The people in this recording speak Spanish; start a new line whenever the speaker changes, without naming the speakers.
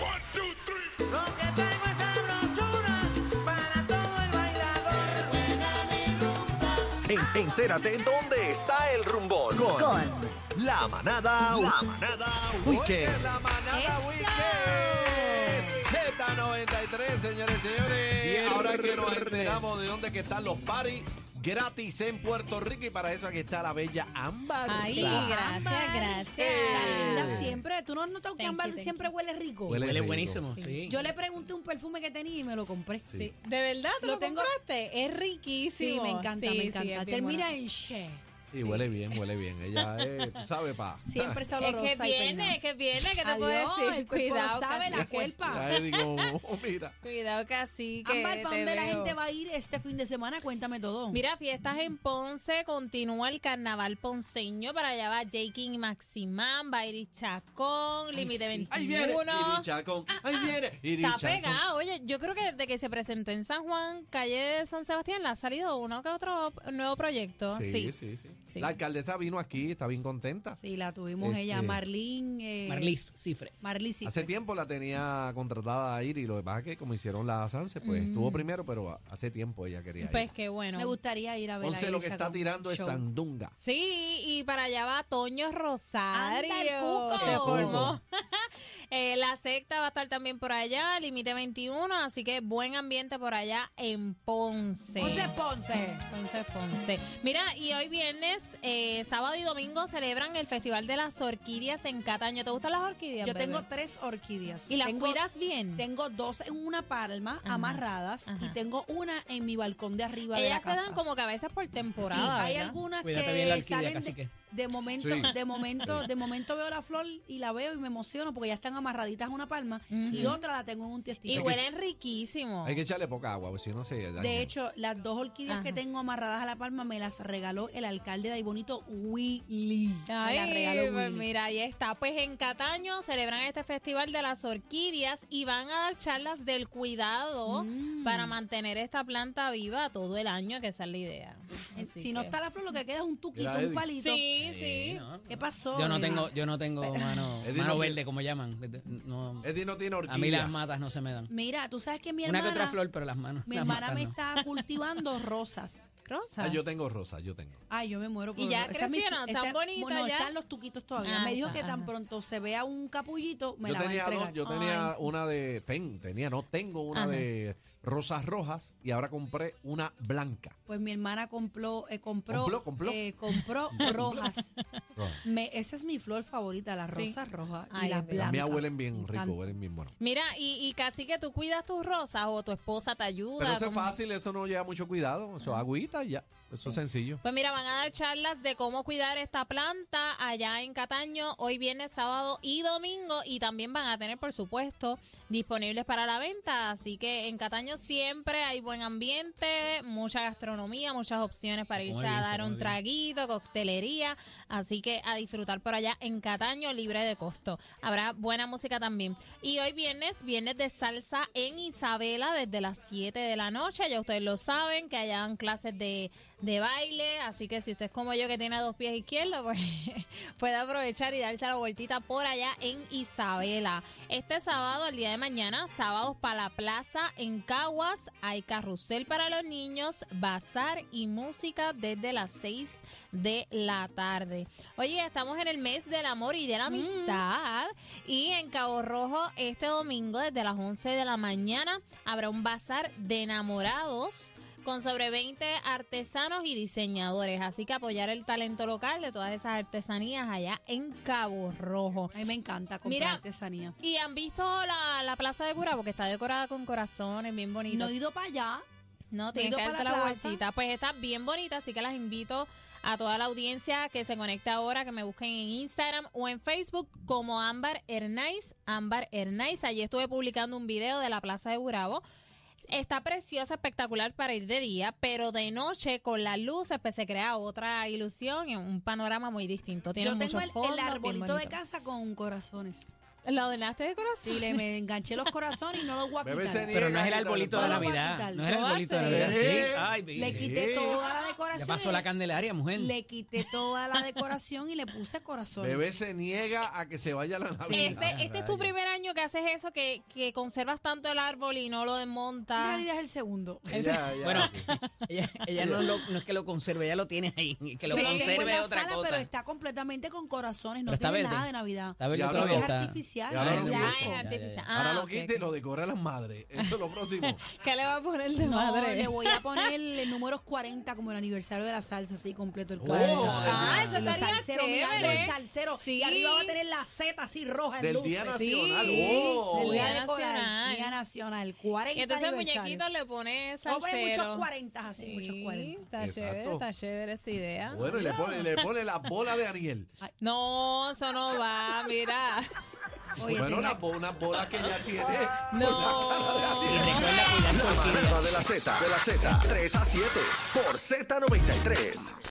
One, two, three.
Que traigo esa sabrosura para todo el bailador.
En- entérate dónde está el rumbón. Con, la manada. La manada. Weekend.
La manada Weekend. Z93, señores y señores. Ahora que nos enteramos de dónde que están los paris gratis en Puerto Rico y para eso aquí está la bella Ámbar.
Ay,
La-
gracias, gracias.
Está linda siempre. Tú no has notado que
Thank you,
ámbar
thank
siempre huele rico.
Huele
Huele
rico.
buenísimo, sí.
Yo le pregunté un perfume que tenía y me lo compré.
Sí. De verdad, ¿tú
Lo
lo,
tengo-
compraste? Es riquísimo.
Sí, me encanta,
Sí,
me
sí,
encanta.
es bien
Termina
bueno.
en she.
Y huele bien, huele bien. Ella es, tú sabes, pa.
Siempre está
Es
olorosa.
que
y
viene,
peinada.
es que viene, que te puedo
Adiós,
decir.
el cuerpo lo
Cuidado,
sabe, la
cacique.
cuerpa.
Ya yo digo, oh, mira.
Cuidado, casi. Que
Ámbar, ¿para
te
dónde la
veo.
gente va a ir este fin de semana? Cuéntame todo.
Mira, fiestas en Ponce, continúa el carnaval ponceño, para allá va J. King y Maximán, va Iris Chacón, Límite
sí.
21.
Ahí viene Iri Chacón. Ahí viene Iri
Está
Chacón.
pegado, oye, yo creo que desde que se presentó en San Juan, calle de San Sebastián, le ha salido uno que otro nuevo proyecto.
Sí, sí, sí,
Sí.
La alcaldesa vino aquí, está bien contenta.
Sí, la tuvimos
Este-
ella, Marlene. Eh,
Marlis Cifre.
Marlis, sí.
Hace tiempo la tenía contratada a Iri, lo que pasa es que como hicieron la Sanse, pues estuvo primero, pero hace tiempo ella quería ir.
Pues qué bueno.
Me gustaría ir a ver. a
Ponce lo
Iris
que está
Chacón
tirando es
show.
Sandunga.
Sí, y para allá va Toño Rosario.
Anda, el cuco.
Se
El
formó. Eh, la secta va a estar también por allá, Límite 21, así que buen ambiente por allá en Ponce.
Ponce, Ponce.
Ponce, Ponce. Mira, y hoy viernes, eh, sábado y domingo celebran el Festival de las Orquídeas en Cataño. ¿Te gustan las orquídeas?
Yo
bebé?
tengo tres orquídeas.
¿Y las
Tengo-
cuidas bien?
Tengo dos en una palma amarradas y
ajá.
tengo una en mi balcón de arriba de la
Ellas se
casa.
dan como que a veces por
Sí,
temporada.
hay
¿verdad?
algunas
Cuídate
que
bien la orquídea,
salen de,
cacique.
de momento,
Sí.
de momento, de momento veo la flor y la veo y me emociono porque ya están amarraditas a una palma y otra la tengo en un
Y
tiestito.
huelen riquísimo.
Hay que echarle poca agua, porque si no se daña.
De hecho, las dos orquídeas que
Ajá.
tengo amarradas a la palma me las regaló el alcalde de ahí bonito, Willy. me las regaló
Ay, pues
Willy.
mira, ahí está. Pues en Cataño celebran este festival de las orquídeas y van a dar charlas del cuidado
Mm.
para mantener esta planta viva todo el año, que esa es la idea. Así
Eh, si no
que-
está la flor, lo que queda es un tuquito,
Mira,
un
Eddie.
palito.
Sí, sí.
¿Qué pasó?
Yo no
Eddie?
tengo, yo no tengo
Eh,
mano,
Eddie
mano
no
verde, como llaman. No,
Eddie no tiene
a mí
orquídea.
las matas no se me dan.
Mira, tú sabes que mi
Una
hermana,
que otra flor, pero las manos.
mi
las
hermana
matas
me
no.
está cultivando rosas.
Rosas.
Ah, yo tengo rosas, yo tengo.
Ay, yo me muero por
Y ya
esa es mi-
crecieron,
esa-
tan bonitas
Bueno,
ya.
están los tuquitos todavía.
Ah,
me dijo
está,
que tan
ajá.
pronto se vea un capullito, me
yo
la va a
tenía
entregar.
dos, yo tenía
Ay, sí.
una de. ten- tenía, no tengo una
Ajá.
de rosas rojas y ahora compré una blanca.
Pues mi hermana compró, eh, compró,
Compló, compló.
eh, compró rojas.
Roja.
Me- esa es mi flor favorita, las
Sí.
rosas rojas y
Ay,
las
Las
es verdad.
blancas.
mías huelen bien
Me
rico,
encantan.
huelen bien bueno.
Mira, y, y casi que tú cuidas tus rosas o tu esposa te ayuda.
Pero eso es
¿cómo?
fácil, eso no lleva mucho cuidado. Eso agüita y ya. Eso es sencillo.
Pues mira, van a dar charlas de cómo cuidar esta planta allá en Cataño hoy viernes, sábado y domingo y también van a tener, por supuesto, disponibles para la venta. Así que en Cataño siempre hay buen ambiente, mucha gastronomía, muchas opciones para
Se
irse
come
a
bien, se
dar
come
un
bien.
traguito, coctelería. Así que a disfrutar por allá en Cataño libre de costo. Habrá buena música también. Y hoy viernes, viernes de salsa en Isabela desde las 7 de la noche. Ya ustedes lo saben, que allá dan clases de, de baile. Así que si usted es como yo que tiene dos pies izquierdos, pues puede aprovechar y darse la vueltita por allá en Isabela. Este sábado, el día de mañana, sábados para la plaza en Caguas, hay carrusel para los niños, bazar y música desde las 6 de la tarde. Oye, estamos en el mes del amor y de la amistad. Y en Cabo Rojo, este domingo, desde las 11 de la mañana, habrá un bazar de enamorados con sobre 20 artesanos y diseñadores. Así que apoyar el talento local de todas esas artesanías allá en Cabo Rojo.
Ay, me encanta comprar
Mira,
artesanía.
Y han visto la, la plaza de Curabo que está decorada con corazones bien
No
bonitos.
he ido para allá.
No, tienes
ido
que
para
darte
la
la
plaza.
vueltita. Pues está bien bonita, así que las invito a toda la audiencia que se conecte ahora, que me busquen en Instagram o en Facebook como Ámbar Hernández. Ámbar Hernández. Allí estuve publicando un video de la Plaza de Burabo. Está preciosa, espectacular para ir de día, pero de noche con las luces pues se crea otra ilusión y un panorama muy distinto. Tiene
Yo
mucho
tengo el, el
fondo, bien
arbolito de
bonito.
casa con corazones.
¿Lo ordenaste de corazón?
Sí, le me enganché los corazones y no los voy a
Bebé
quitar.
se
Pero no es el
Dale,
arbolito de
dale,
Navidad.
dale.
No es el arbolito de Navidad.
Sí.
Sí. Ay,
Le
baby.
quité
Sí.
toda la
Ya
decoración.
pasó
y
la
le-
candelaria, mujer.
Le quité toda la decoración y le puse corazones.
Bebé se niega a que se vaya la Navidad.
Este, este es tu primer año que haces eso, que, que conservas tanto el árbol y no lo
En
desmontas.
realidad es el segundo.
Ya, ya,
Bueno,
sí.
ella, ella no, lo- no es que lo conserve, ella lo tiene ahí. Que lo
Sí, tengo en
conserve
la
es otra
sala,
cosa.
Pero está completamente con corazones, no
Pero está
tiene
verde.
nada de Navidad.
Está verde
Y ahora
todavía,
lo-
es
está-
artificial,
Y ahora
es
lo-
Ah,
blanco.
es
Ya, ya, ya.
artificial.
Ahora
Ah,
lo
ok,
quita y
ok.
lo decora las madres. Eso es lo próximo.
¿Qué le va a poner de
No,
madre?
le voy a poner el número 40 como el aniversario de la salsa, así completo el
Oh,
cuadro.
Ah, eso
Y los
estaría
salseros, mirando
chévere.
el salsero.
Sí.
Y arriba va a tener la Z así roja en
Del
luces.
Día
Sí,
Nacional.
del
Oh.
Voy a
Día
decorar,
Nacional.
Día Nacional, 40
Y entonces el
aniversario.
muñequito le pone
Vamos a ver
salsero.
muchos 40 así,
Sí,
muchos
Está
40.
Exacto.
chévere, está chévere esa idea.
Bueno, y le pone, y le pone la bola de Ariel.
No, eso no va, mira.
Oye,
bueno,
tenía-
las bo- unas bolas que ya tiene.
No.
La manada de la Z, de la Z, 3 a 7 por Z93.